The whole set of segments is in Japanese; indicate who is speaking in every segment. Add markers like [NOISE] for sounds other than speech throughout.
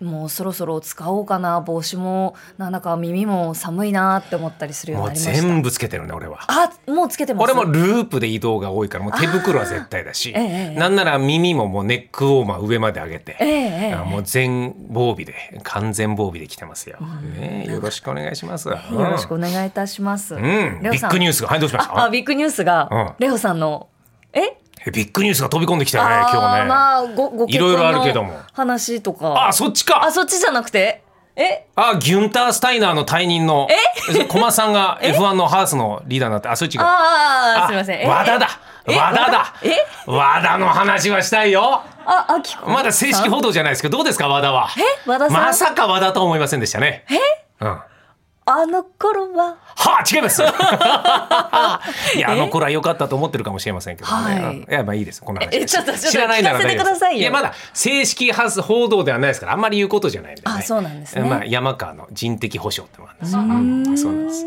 Speaker 1: もうそろそろ使おうかな帽子もなんだか耳も寒いなって思ったりするよう
Speaker 2: も
Speaker 1: に
Speaker 2: う
Speaker 1: なりました
Speaker 2: 全部つけてるね俺は
Speaker 1: あもうつけてます
Speaker 2: 俺もループで移動が多いからもう手袋は絶対だし、
Speaker 1: あーええええ
Speaker 2: なんなら耳ももうネックウォーマー上まで上げて、
Speaker 1: ええええ
Speaker 2: あもう全防備で完全防備で来てますよ、ねえ、よろしくお願いしますよ
Speaker 1: よろしくお願いいたします、
Speaker 2: うん、
Speaker 1: レ
Speaker 2: ビ
Speaker 1: オさ
Speaker 2: ッ
Speaker 1: ん
Speaker 2: グニュースが、はい、どうしまし
Speaker 1: ああ
Speaker 2: た
Speaker 1: ビッグニュースが、
Speaker 2: うん
Speaker 1: レオさんのえ
Speaker 2: えビッグニュースが飛び込んできたよね、
Speaker 1: あ
Speaker 2: 今
Speaker 1: ー
Speaker 2: 日ね。
Speaker 1: まあごご結婚
Speaker 2: いろいろあるけども
Speaker 1: の話とか
Speaker 2: あ、そっちか
Speaker 1: あそっちじゃなくてえ
Speaker 2: あ、ギュンター・スタイナーの退任の、え駒さ
Speaker 1: [LAUGHS]
Speaker 2: んが F1 のハースのリーダーになって、あ、そっちが。
Speaker 1: ああ
Speaker 2: あ
Speaker 1: すみませんえ
Speaker 2: 和田だ
Speaker 1: え
Speaker 2: 和田だ
Speaker 1: え
Speaker 2: 和田の話はしたいよ
Speaker 1: ああきこ
Speaker 2: まだ正式報道じゃないですけど、どうですか、和田は。
Speaker 1: え和田さん
Speaker 2: まさか和田とは思いませんでしたね。えうん。
Speaker 1: あの頃は
Speaker 2: はあ違
Speaker 1: [LAUGHS]
Speaker 2: いますいやあの頃は良かったと思ってるかもしれませんけどね、
Speaker 1: はい
Speaker 2: い、やまあいいですこの話
Speaker 1: ええちょっとちょっと
Speaker 2: 知らないなら
Speaker 1: 聞かせてくださいよ
Speaker 2: 大丈夫ですやまだ正式発報道ではないですからあんまり言うことじゃないんで、ね、
Speaker 1: あそうなんですね
Speaker 2: まあ、山川の人的保障ってのがあるんですよ、うんそうなんです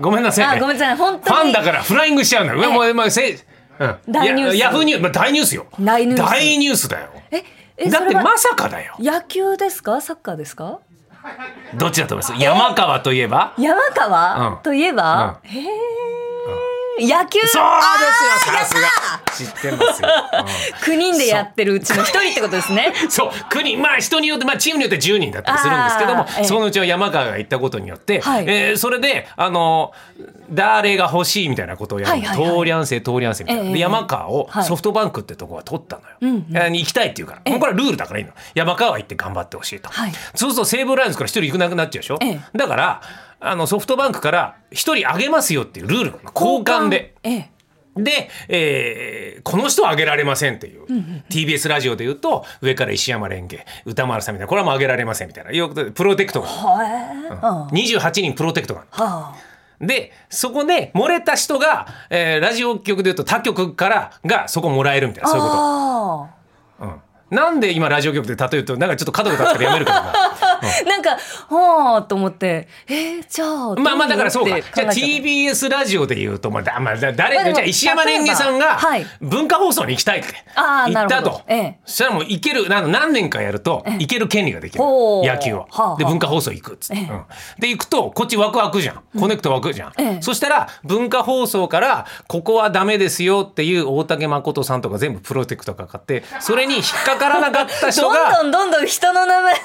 Speaker 2: ごめんなさい、ね、
Speaker 1: あごめんなさい本当に
Speaker 2: ファンだからフライングしちゃうんだよ、うわもうまあせうん、
Speaker 1: 大ニュース
Speaker 2: やヤフーニュース、まあ、大ニュースよ
Speaker 1: 大ニュース
Speaker 2: 大ニュースだよ
Speaker 1: ええ
Speaker 2: だっ
Speaker 1: そ
Speaker 2: て
Speaker 1: れは
Speaker 2: まさかだよ
Speaker 1: 野球ですかサッカーですか
Speaker 2: どっちだと思います山川といえば
Speaker 1: 山川、
Speaker 2: うん
Speaker 1: といえば、へえ、野球
Speaker 2: そうですよさすが知ってますよ、うん
Speaker 1: 9人でやってるうちの1人ってことです
Speaker 2: [LAUGHS]
Speaker 1: ね
Speaker 2: そう国まあ人によって、まあ、チームによって10人だったりするんですけども
Speaker 1: あ、ーええ
Speaker 2: そのうちの山川が行ったことによって、
Speaker 1: はい
Speaker 2: えーそれであの誰が欲しいみたいなことをやる、
Speaker 1: はいはいはい
Speaker 2: 通りゃんせ通りゃんせみたいな、
Speaker 1: ええ
Speaker 2: で山川を
Speaker 1: はい
Speaker 2: ソフトバンクってとこが取ったのよ、えー行きたいっていうから、もうこれはルールだからいいの山川は行って頑張ってほしいと、
Speaker 1: はい
Speaker 2: そうすると西武ライオンズから1人行くなくなっちゃうでしょ、
Speaker 1: ええ
Speaker 2: だからあのソフトバンクから1人あげますよっていうルールが交換で。
Speaker 1: ええ
Speaker 2: で、えーこの人は上げられませんっていう、TBS ラジオで言うと上から石山蓮華歌丸さんみたいなこれはもう上げられませんみたいなよくプロテクトが
Speaker 1: は
Speaker 2: 28人プロテクトが
Speaker 1: あは
Speaker 2: でそこで漏れた人が、えーラジオ局で言うと他局からがそこもらえるみたいなそういうこ
Speaker 1: あ
Speaker 2: と、うん、なんで今ラジオ局で例えるとなんかちょっと角が立つからやめるけども
Speaker 1: ーなんかはあと思ってえー、じゃあ
Speaker 2: まあまあだからそうかじゃあ
Speaker 1: TV
Speaker 2: TBS ラジオで言うとまあだまあだ
Speaker 1: まあで
Speaker 2: 誰
Speaker 1: も
Speaker 2: じゃあ石山蓮華さんが
Speaker 1: はい
Speaker 2: 文化放送に行きたいって
Speaker 1: あー
Speaker 2: 言った
Speaker 1: なるほど
Speaker 2: と
Speaker 1: ええ
Speaker 2: そしたらもう行けるあの何年かやると行ける権利ができる
Speaker 1: ほう
Speaker 2: 野球を
Speaker 1: はあはあ
Speaker 2: で文化放送行くっつってうんで行くとこっちワクワクじゃんコネクトワクじゃ
Speaker 1: ええ
Speaker 2: んそしたら文化放送からここはダメですよっていう大竹誠さんとか全部プロテクトかかってそれに引っかからなかった人が
Speaker 1: [LAUGHS] どんどんどんどん人の名前を、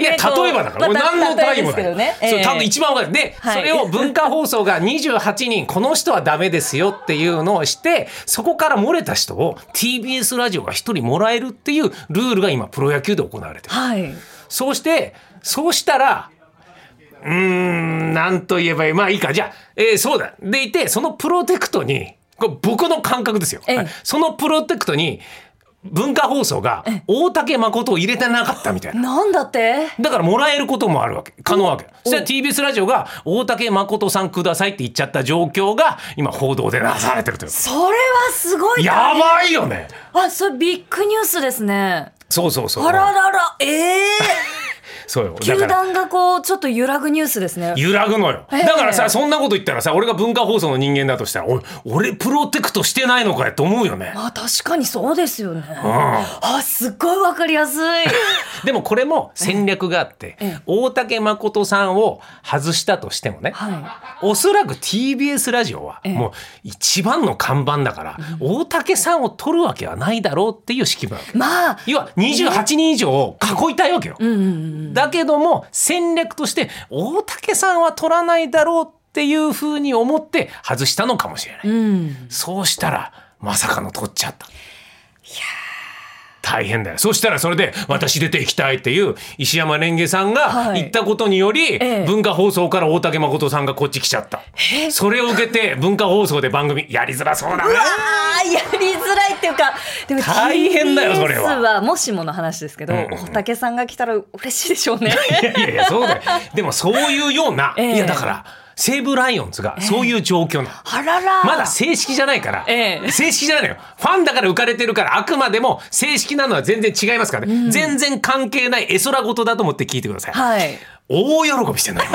Speaker 2: いや、
Speaker 1: ねこう
Speaker 2: 例えばだから、これ
Speaker 1: まあ
Speaker 2: 何の単位
Speaker 1: 例えで
Speaker 2: も
Speaker 1: すけ
Speaker 2: な
Speaker 1: ど
Speaker 2: い。
Speaker 1: ね、
Speaker 2: そう、多
Speaker 1: え
Speaker 2: 分
Speaker 1: え
Speaker 2: 一番わかる。で、
Speaker 1: はい
Speaker 2: それを文化放送が28人、この人はダメですよっていうのをして、そこから漏れた人を TBS ラジオが一人もらえるっていうルールが今、プロ野球で行われてる。
Speaker 1: はい
Speaker 2: そうして、そうしたら、うーん、なんと言えばいい。まあいいか。じゃあ、えーそうだ。でいて、そのプロテクトに、これ僕の感覚ですよ
Speaker 1: ええ。
Speaker 2: そのプロテクトに、文化放送が大竹誠を入れてなかったみたいな。
Speaker 1: なんだって
Speaker 2: だからもらえることもあるわけ可能わけそしたら TBS ラジオが「大竹誠さんください」って言っちゃった状況が今報道でなされてるという
Speaker 1: それはすごい
Speaker 2: や
Speaker 1: い
Speaker 2: ばいよね
Speaker 1: あそれビッグニュースですね
Speaker 2: そうそうそう
Speaker 1: あらららええ
Speaker 2: そうよ [LAUGHS] だ
Speaker 1: 球
Speaker 2: から
Speaker 1: 団がこうちょっと揺らぐニュースですね
Speaker 2: 揺らぐのよ、
Speaker 1: ええ
Speaker 2: だからさそんなこと言ったらさ俺が文化放送の人間だとしたら俺俺プロテクトしてないのかよと思うよね、
Speaker 1: あ確かにそうですよね
Speaker 2: うん、
Speaker 1: あすっごいわかりや
Speaker 2: [LAUGHS]
Speaker 1: すい
Speaker 2: でもこれも戦略があって、
Speaker 1: ええ
Speaker 2: 大竹誠さんを外したとしてもね、
Speaker 1: は
Speaker 2: おそらく TBS ラジオは
Speaker 1: ええ
Speaker 2: もう一番の看板だから、大竹さんを取るわけはないだろうっていう式なわけ
Speaker 1: いまあ
Speaker 2: 要は28人以上を囲いたいわけよ、
Speaker 1: うんうんうん
Speaker 2: だけども戦略として大竹さんは取らないだろうっていうふうに思って外したのかもしれない、
Speaker 1: うん
Speaker 2: そうしたらまさかの取っちゃった。大変だよそしたらそれで私出ていきたいっていう石山蓮華さんが
Speaker 1: はい
Speaker 2: 言ったことにより、
Speaker 1: ええ
Speaker 2: 文化放送から大竹誠さんがこっち来ちゃったそれを受けて文化放送で番組やりづらそうだ
Speaker 1: あ
Speaker 2: な
Speaker 1: ーやりづらいっていうかでも
Speaker 2: 大変だよそれは
Speaker 1: TBS はもしもの話ですけど、
Speaker 2: うんうんうん
Speaker 1: 大竹さんが来たら嬉しいでしょうね
Speaker 2: いやいやいやそうだよでもそういうような、
Speaker 1: ええ
Speaker 2: いやだから西武ライオンズがそういう状況なの、
Speaker 1: あらら
Speaker 2: まだ正式じゃないから、
Speaker 1: ええ
Speaker 2: 正式じゃないのよファンだから浮かれてるからあくまでも正式なのは全然違いますからね、全然関係ない絵空事だと思って聞いてください、
Speaker 1: はい
Speaker 2: 大喜びしてない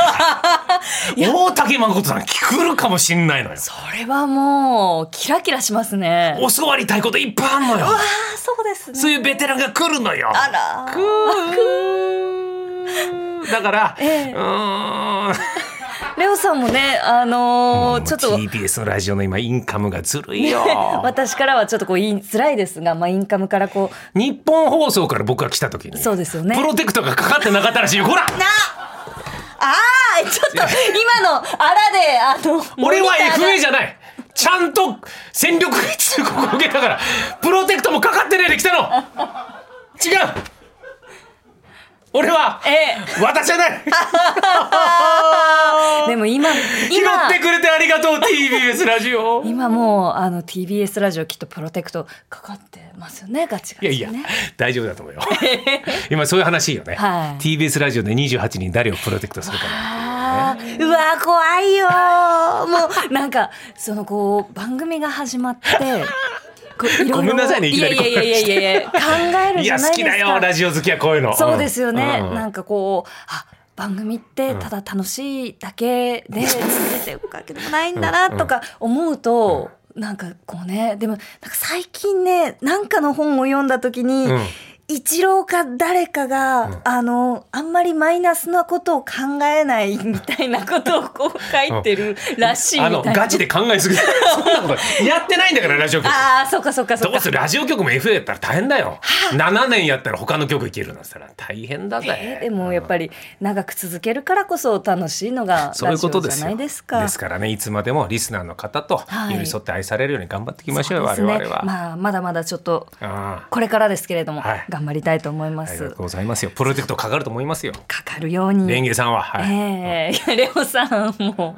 Speaker 1: [LAUGHS]
Speaker 2: 大竹誠さん来るかもしんないのよ
Speaker 1: それはもうキラキラしますね
Speaker 2: 教わりたいこといっぱいあんのよ
Speaker 1: あーそうですね
Speaker 2: そういうベテランが来るのよ
Speaker 1: あら
Speaker 2: くーだから、
Speaker 1: ええ
Speaker 2: うーん
Speaker 1: レオさんもねあのーちょっと
Speaker 2: TBS のラジオの今インカムがずるいよ
Speaker 1: [LAUGHS] 私からはちょっとこう言いづらいですが、まあ、インカムからこう
Speaker 2: 日本放送から僕が来た時に
Speaker 1: そうですよね
Speaker 2: プロテクトがかかってなかった
Speaker 1: [LAUGHS]
Speaker 2: らしいよほら
Speaker 1: ああちょっと [LAUGHS] 今のあらであの
Speaker 2: [LAUGHS] 俺は FA じ
Speaker 1: ゃ
Speaker 2: ゃないちゃんと戦力外通告を受けたからプロテクトもかかってねえで来
Speaker 1: [LAUGHS]
Speaker 2: たの違う俺は
Speaker 1: え
Speaker 2: 私じゃない
Speaker 1: えでも今
Speaker 2: 拾
Speaker 1: 今
Speaker 2: ってくれてありがと
Speaker 1: [LAUGHS]
Speaker 2: う TBS ラジオ
Speaker 1: 今もうあの TBS ラジオきっとプロテクトかかってますよねガチガ
Speaker 2: い
Speaker 1: チ、
Speaker 2: や
Speaker 1: ね、
Speaker 2: いや大丈夫だと思うよ今そういう話いいよね、
Speaker 1: はい
Speaker 2: TBS ラジオで28人誰をプロテクトするかな
Speaker 1: あーうわー怖いよーもうなんかそのこう番組が始まってこういろ
Speaker 2: ごめんなさいねいきなり
Speaker 1: いやいやいやいやいやいや考える
Speaker 2: い
Speaker 1: じ
Speaker 2: や
Speaker 1: ゃな
Speaker 2: 好
Speaker 1: いですか
Speaker 2: きだよラジオ好きはこういうの
Speaker 1: そうですよね、
Speaker 2: うんうん
Speaker 1: なんかこうあ番組ってただ楽しいだけで続いていくわけでもないんだなとか思うと、なんかこうねでもなんか最近ねなんかの本を読んだ時に、
Speaker 2: うん
Speaker 1: 一郎か誰かが、あのあんまりマイナスなことを考えないみたいなことをこう書いてるらしいみた
Speaker 2: あ
Speaker 1: いな、
Speaker 2: のガチで考えすぎ [LAUGHS] そんなことやってないんだからラジオ局
Speaker 1: ああそうかそうかそう
Speaker 2: ど
Speaker 1: か
Speaker 2: うするラジオ局も FA やったら大変だよ7年やったら他の局いけるなんて言ったら大変だ
Speaker 1: え
Speaker 2: ぜ
Speaker 1: ーでもやっぱり長く続けるからこそ楽しいのが
Speaker 2: そうい
Speaker 1: ラ
Speaker 2: う
Speaker 1: ジ
Speaker 2: こと
Speaker 1: オ
Speaker 2: で
Speaker 1: じ
Speaker 2: す
Speaker 1: ゃな
Speaker 2: よ
Speaker 1: いですか。
Speaker 2: からねいつまでもリスナーの方と
Speaker 1: はい
Speaker 2: 寄り添って愛されるように頑張っていきましょうよ、
Speaker 1: そうですね
Speaker 2: 我々は、
Speaker 1: まあ、まだまだちょっと
Speaker 2: あ
Speaker 1: これからですけれども、
Speaker 2: はい
Speaker 1: 頑張りたいと思いま
Speaker 2: ああり
Speaker 1: す
Speaker 2: がとうございますよプロテクトかかると思いますよ
Speaker 1: かかるように
Speaker 2: レンゲさんは、はい
Speaker 1: ええいやレオさんも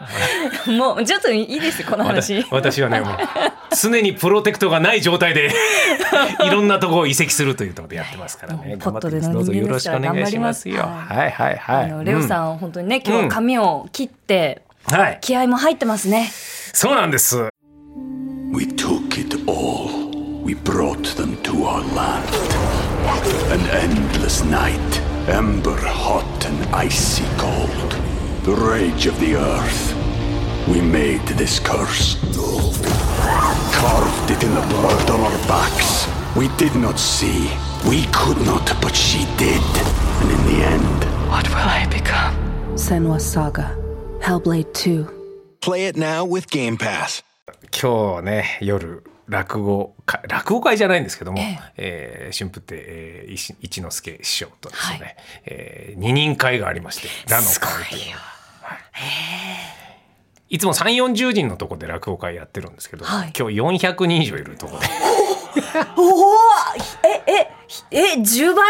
Speaker 1: うもうちょっといいですよこの話
Speaker 2: [LAUGHS] 私私はねもう常にプロテクトがない状
Speaker 1: [LAUGHS]
Speaker 2: 態でいろんなとこを移籍するというところでやってますから
Speaker 1: はいも
Speaker 2: ね
Speaker 1: うポットで
Speaker 2: 頑張っていきますど
Speaker 1: の人
Speaker 2: うぞ
Speaker 1: 間ですか
Speaker 2: よろしくお
Speaker 1: ら
Speaker 2: 願いしますよ
Speaker 1: 頑
Speaker 2: はいはいは
Speaker 1: あ
Speaker 2: い
Speaker 1: のレオさ、
Speaker 2: うん
Speaker 1: 本当にね今日は髪を切って、
Speaker 2: んはい
Speaker 1: 気合も入ってますね
Speaker 2: そうなんです
Speaker 3: We took it all. We brought them to our land. An endless night, ember hot and icy cold. The rage of the earth. We made this curse. Carved it in the blood on our backs. We did not see. We could not, but she did. And in the end,
Speaker 4: What will I become?
Speaker 5: Senwa Saga. Hellblade 2.
Speaker 6: Play it now with Game Pass.
Speaker 2: 今日ね夜落語会落語会じゃないんですけども、えー春風亭、えー一一之輔師匠とですね、
Speaker 1: は
Speaker 2: えー二人会がありまして「らの会」というのがはいいつも3 4 0人のとこで落語会やってるんですけど、
Speaker 1: はい
Speaker 2: 今日400人以上いるとこで、
Speaker 1: おおえええ10倍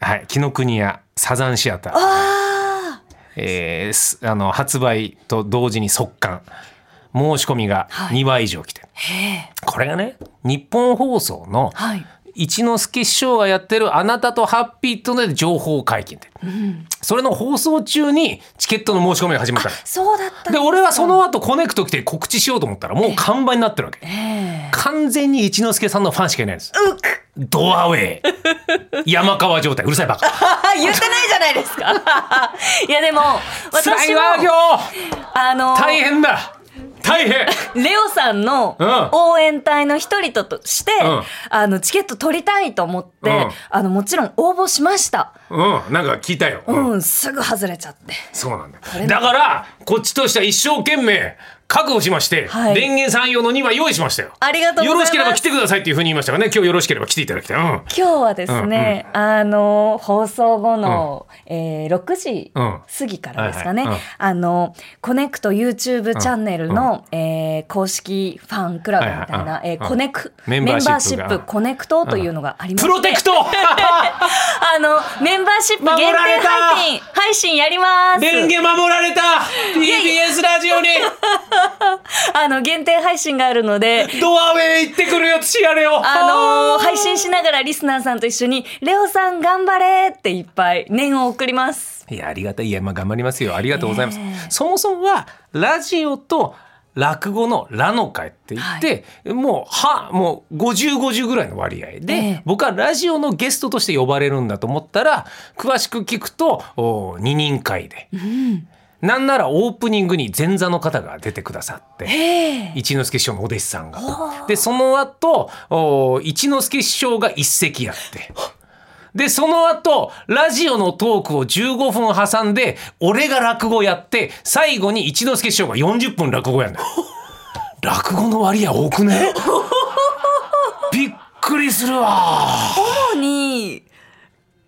Speaker 2: はい、紀ノ国屋サザンシアター、
Speaker 1: あ
Speaker 2: えーすあの発売と同時に速刊申し込みが2倍以上来て、これがね日本放送の、
Speaker 1: あはい
Speaker 2: 一之輔師匠がやってる「あなたとハッピー」とね情報解禁で、それの放送中にチケットの申し込みが始まったの
Speaker 1: そうだった
Speaker 2: で俺はその後コネクト来て告知しようと思ったらもう完売になってるわけ、完全に一之輔さんのファンしかいないんですドアウェイ
Speaker 1: [LAUGHS]
Speaker 2: 山川状態うるさいバカ
Speaker 1: 言ってないじゃないですか
Speaker 2: [LAUGHS]
Speaker 1: いやでも私
Speaker 2: 辛いわ今
Speaker 1: も
Speaker 2: 日
Speaker 1: あの
Speaker 2: 大変だ大
Speaker 1: [LAUGHS]
Speaker 2: 変
Speaker 1: レオさんの
Speaker 2: うん
Speaker 1: 応援隊の一人ととして、
Speaker 2: うん
Speaker 1: あのチケット取りたいと思って、
Speaker 2: うん
Speaker 1: あのもちろん応募しました、
Speaker 2: うんなんか聞いたよ、
Speaker 1: う
Speaker 2: うん
Speaker 1: んすぐ外れちゃって
Speaker 2: そうなんだ
Speaker 1: ね
Speaker 2: だからこっちとしては一生懸命確保しまして、
Speaker 1: はい
Speaker 2: 電源さん用の2は用意しましたよ
Speaker 1: ありがとうござい
Speaker 2: よ
Speaker 1: ます
Speaker 2: ろしければ来てくださいっていうふうに言いましたからね今日よろしければ来ていただきたい、うん、
Speaker 1: 今日はですね、あの放送後の、えー6時
Speaker 2: うん
Speaker 1: 過ぎからですかね、
Speaker 2: はいはいうん
Speaker 1: あのコネクト YouTube チャンネルの、えー公式ファンクラブみたいな、
Speaker 2: はいはいうん
Speaker 1: えーコネク
Speaker 2: メ
Speaker 1: メ
Speaker 2: ン
Speaker 1: ン
Speaker 2: バ
Speaker 1: バ
Speaker 2: ーシップが
Speaker 1: ーシップコネクトというのが [LAUGHS] ありまして、
Speaker 2: プロテクト
Speaker 1: あのメンバーシップ限定
Speaker 2: 守られた
Speaker 1: 配信配信やります
Speaker 2: 電源守られた TBS ラジオに
Speaker 1: あの限定配信があるの
Speaker 2: [LAUGHS]
Speaker 1: で
Speaker 2: ドアウェイ行ってくるよ土屋レオ
Speaker 1: あのー配信しながらリスナーさんと一緒に「レオさん頑張れ!」っていっぱい念を送ります
Speaker 2: いやありがたいいやまあ頑張りますよありがとうございます、そもそもはラジオと落語の「ラの会」って言って、もうはもう5050ぐらいの割合で、
Speaker 1: ええ
Speaker 2: 僕はラジオのゲストとして呼ばれるんだと思ったら詳しく聞くとお2人会で、なんならオープニングに前座の方が出てくださって。一之輔師匠のお弟子さんが。でその後お一之輔師匠が一席やって。でその後ラジオのトークを15分挟んで俺が落語やって最後に一之輔師匠が40分落語やんのよ落語の割合多くねびっくりするわ
Speaker 1: 主に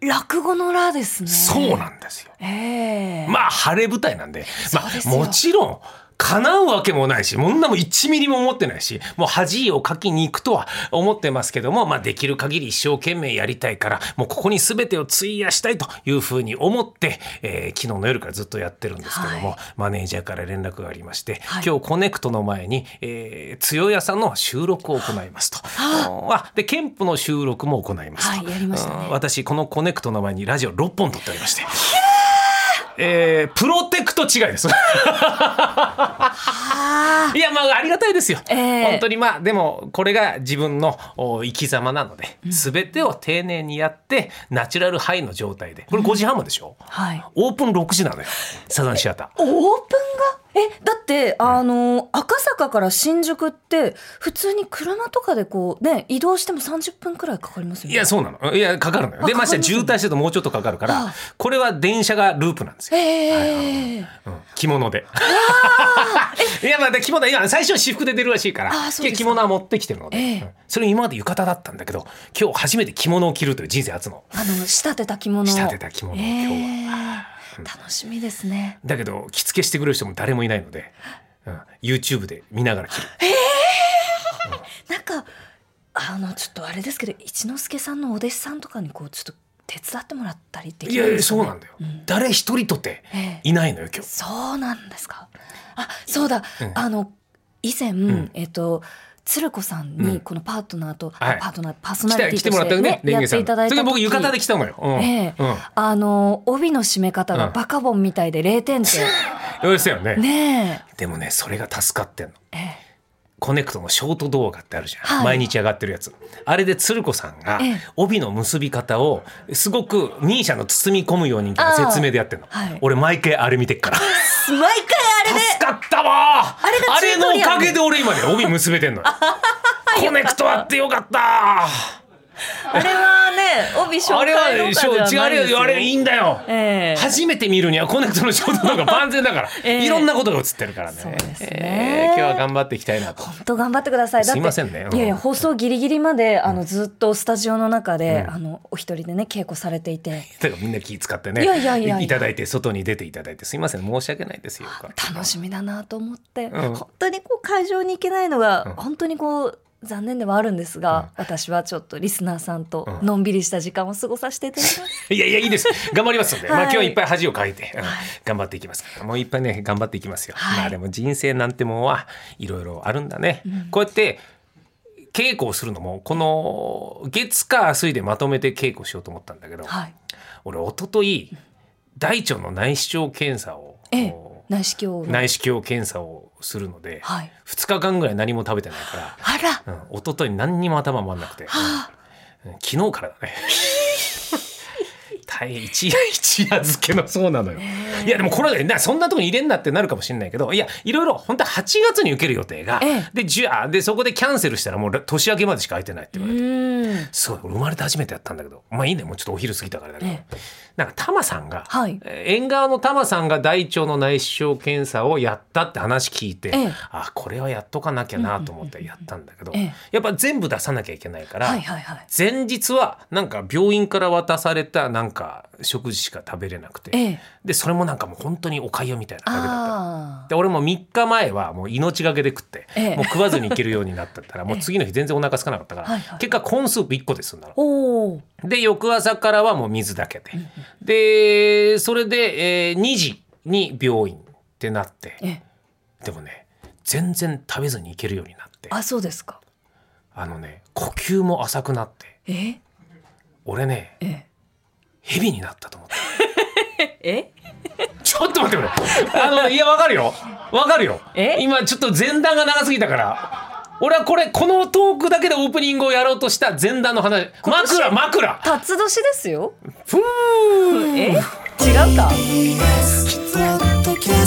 Speaker 1: 落語の「ら」ですね
Speaker 2: そうなんですよ
Speaker 1: ええ
Speaker 2: まあ晴れ舞台なんでま
Speaker 1: そうです
Speaker 2: あ、
Speaker 1: よ
Speaker 2: もちろん叶うわけもないしもんなもん1ミリも思ってないしもう恥をかきに行くとは思ってますけども、まあ、できる限り一生懸命やりたいからもうここに全てを費やしたいというふうに思って、えー昨日の夜からずっとやってるんですけども、マネージャーから連絡がありまして、
Speaker 1: はい
Speaker 2: 今日コネクトの前に、えー、強屋さんの収録を行いますと。あで憲法の収録も行いますと。
Speaker 1: はいやりましたね
Speaker 2: うん私このコネクトの前にラジオ6本撮っておりまして。えープロテクト違いです。 [LAUGHS] いやまあありがたいですよ。
Speaker 1: ええ
Speaker 2: 本当にまあでもこれが自分のお生き様なので、全てを丁寧にやってナチュラルハイの状態でこれ5時半まででしょ、
Speaker 1: はい
Speaker 2: オープン6時なのよサザンシアタ
Speaker 1: オ
Speaker 2: ー。
Speaker 1: ープンがえだってあの赤坂から新宿って普通に車とかでこうね移動しても30分くらいかかりますよね
Speaker 2: いやそうなのいやかかるのよ。で
Speaker 1: あかかり
Speaker 2: ま
Speaker 1: ます
Speaker 2: して渋滞してるともうちょっとかかるから、
Speaker 1: あ
Speaker 2: これは電車がループなんですよ。
Speaker 1: ええ
Speaker 2: うん着物で。いやまあで着物は今最初は私服で出るらしいから
Speaker 1: あーそうですか
Speaker 2: 着物は持ってきてるので、
Speaker 1: ええ
Speaker 2: うんそれ今まで浴衣だったんだけど今日初めて着物を着るという人生初の
Speaker 1: あの仕立てた着物を
Speaker 2: 仕立てた着物を今日は。
Speaker 1: ええ楽しみですね
Speaker 2: だけど着付けしてくれる人も誰もいないので、うん、YouTube で見ながら着る。
Speaker 1: なんかあのちょっとあれですけど一之輔さんのお弟子さんとかにこうちょっと手伝ってもらったりで
Speaker 2: い
Speaker 1: きな
Speaker 2: や
Speaker 1: い
Speaker 2: い
Speaker 1: で
Speaker 2: や
Speaker 1: すか
Speaker 2: そう
Speaker 1: ね
Speaker 2: なんだよ、誰一人とて
Speaker 1: ええ
Speaker 2: いないのよ今日。
Speaker 1: そうなんですか。あ、そうだ
Speaker 2: うん。
Speaker 1: あの以前、
Speaker 2: ん
Speaker 1: えっと鶴子さん
Speaker 2: うん
Speaker 1: にこのパートナーと、
Speaker 2: はい
Speaker 1: パートナーパーソ
Speaker 2: 来
Speaker 1: ナリ
Speaker 2: て
Speaker 1: ティとしてて
Speaker 2: 来もらったよね
Speaker 1: ね、
Speaker 2: レン
Speaker 1: や
Speaker 2: ゲ
Speaker 1: っ
Speaker 2: さ
Speaker 1: て
Speaker 2: ん。
Speaker 1: いただい
Speaker 2: そ
Speaker 1: た
Speaker 2: れ
Speaker 1: 時。
Speaker 2: 僕浴衣で来たのよ。うん
Speaker 1: ええ
Speaker 2: うん
Speaker 1: あの帯の締め方
Speaker 2: う
Speaker 1: が
Speaker 2: ん
Speaker 1: バカボンみたいで0点点。
Speaker 2: [LAUGHS] そうでしたよね
Speaker 1: ね
Speaker 2: でもねそれが助かってんの。
Speaker 1: え。ええ
Speaker 2: コネクトのショート動画ってあるじゃん、
Speaker 1: はい
Speaker 2: 毎日上がってるやつあれで鶴子さんが
Speaker 1: ええ
Speaker 2: 帯の結び方をすごくミーシャの包み込むようにみたいな説明でやってるの、
Speaker 1: はい
Speaker 2: 俺毎回あれ見てっから
Speaker 1: 毎回あれで
Speaker 2: 助かったわー
Speaker 1: あれが
Speaker 2: あ
Speaker 1: チュ
Speaker 2: れ
Speaker 1: ートリアル
Speaker 2: のおかげで俺今ね帯結べてん
Speaker 1: [LAUGHS]
Speaker 2: のよコネクトあってよかった
Speaker 1: あれはね帯紹
Speaker 2: あれは
Speaker 1: 介
Speaker 2: ね
Speaker 1: とか
Speaker 2: し
Speaker 1: じ
Speaker 2: ょ
Speaker 1: ゃ
Speaker 2: う
Speaker 1: ないです
Speaker 2: 違う
Speaker 1: よ。
Speaker 2: あれいいんだよ、
Speaker 1: ええ
Speaker 2: 初めて見るにはコネクトのショート動画万全だから、
Speaker 1: [LAUGHS] ええ
Speaker 2: いろんなことが映ってるからね
Speaker 1: そうですね
Speaker 2: ええ今日は頑張っていきたいなと
Speaker 1: 本当頑張ってください。だって
Speaker 2: すいませんねうん
Speaker 1: いやいや放送ギリギリまであのずっとスタジオの中で、あのお一人でね稽古されていて。
Speaker 2: だからみんな気使ってね
Speaker 1: いやいやいやいや
Speaker 2: ただいて外に出ていただいてすいません申し訳ないですよ
Speaker 1: 楽しみだなと思って、
Speaker 2: ん
Speaker 1: 本当にこう会場に行けないのが、本当にこう残念ではあるんですが、私はちょっとリスナーさんとのんびりした時間を過ごさせていただきます、
Speaker 2: いやいやいいです頑張りますので、まあ、
Speaker 1: はい
Speaker 2: 今日いっぱい恥をかいて、うん頑張っていきますからもういっぱいね頑張っていきますよ、
Speaker 1: はい
Speaker 2: まあでも人生なんてもんはいろいろあるんだね、こうやって稽古をするのもこの月火水でまとめて稽古しようと思ったんだけど、
Speaker 1: はい
Speaker 2: 俺一昨日大腸の内視鏡検査を
Speaker 1: ええ内視鏡
Speaker 2: 内視鏡検査をするので、
Speaker 1: はい
Speaker 2: 2日間ぐらい何も食べてないから
Speaker 1: あら [LAUGHS]
Speaker 2: うん、一昨日何にも頭回んなくて、うん昨日からだねはい、一夜一夜漬けのそうなのよ。いやでもこれなそんなとこに入れんなってなるかもしれないけどいやいろいろ本当は8月に受ける予定が、
Speaker 1: ええ
Speaker 2: でじゅあでそこでキャンセルしたらもう年明けまでしか空いてないって言われて、
Speaker 1: うん。
Speaker 2: すごい俺生まれて初めてやったんだけどまあいいねもうちょっとお昼過ぎたからだけど、
Speaker 1: え
Speaker 2: なんかタマさんが、
Speaker 1: はい
Speaker 2: えー縁側のタマさんが大腸の内視鏡検査をやったって話聞いて、
Speaker 1: ええ
Speaker 2: あこれはやっとかなきゃなと思ってやったんだけど、
Speaker 1: ええ
Speaker 2: やっぱ全部出さなきゃいけないから、
Speaker 1: はいはいはい。
Speaker 2: 前日はなんか病院から渡されたなんか食事しか食べれなくて、
Speaker 1: ええ
Speaker 2: でそれもなんかもう本当におかゆみたいなだけだった
Speaker 1: ああ。
Speaker 2: で俺も3日前はもう命がけで食って、
Speaker 1: ええ
Speaker 2: もう食わずにいけるようになった
Speaker 1: [LAUGHS]
Speaker 2: ったらもう次の日全然お腹空かなかったから、
Speaker 1: はいはい
Speaker 2: 結果コーンスープ1個で済んだの。
Speaker 1: おお。
Speaker 2: で翌朝からはもう水だけで、でそれで、えー2時に病院ってなって、
Speaker 1: ええ。
Speaker 2: でもね全然食べずにいけるようになってあ
Speaker 1: あ、そうですか。
Speaker 2: のね呼吸も浅くなって
Speaker 1: え
Speaker 2: 俺ね
Speaker 1: え。
Speaker 2: 蛇になったと思った。
Speaker 1: [LAUGHS] え。
Speaker 2: ちょっと待ってくれ。あの、いや、わかるよ。わかるよ。
Speaker 1: え
Speaker 2: 今、ちょっと前段が長すぎたから。俺はこれ、このトークだけでオープニングをやろうとした前段の話。枕、枕。
Speaker 1: 辰年ですよ。
Speaker 2: ふー。
Speaker 1: え。違うか。
Speaker 7: ポッドキャスト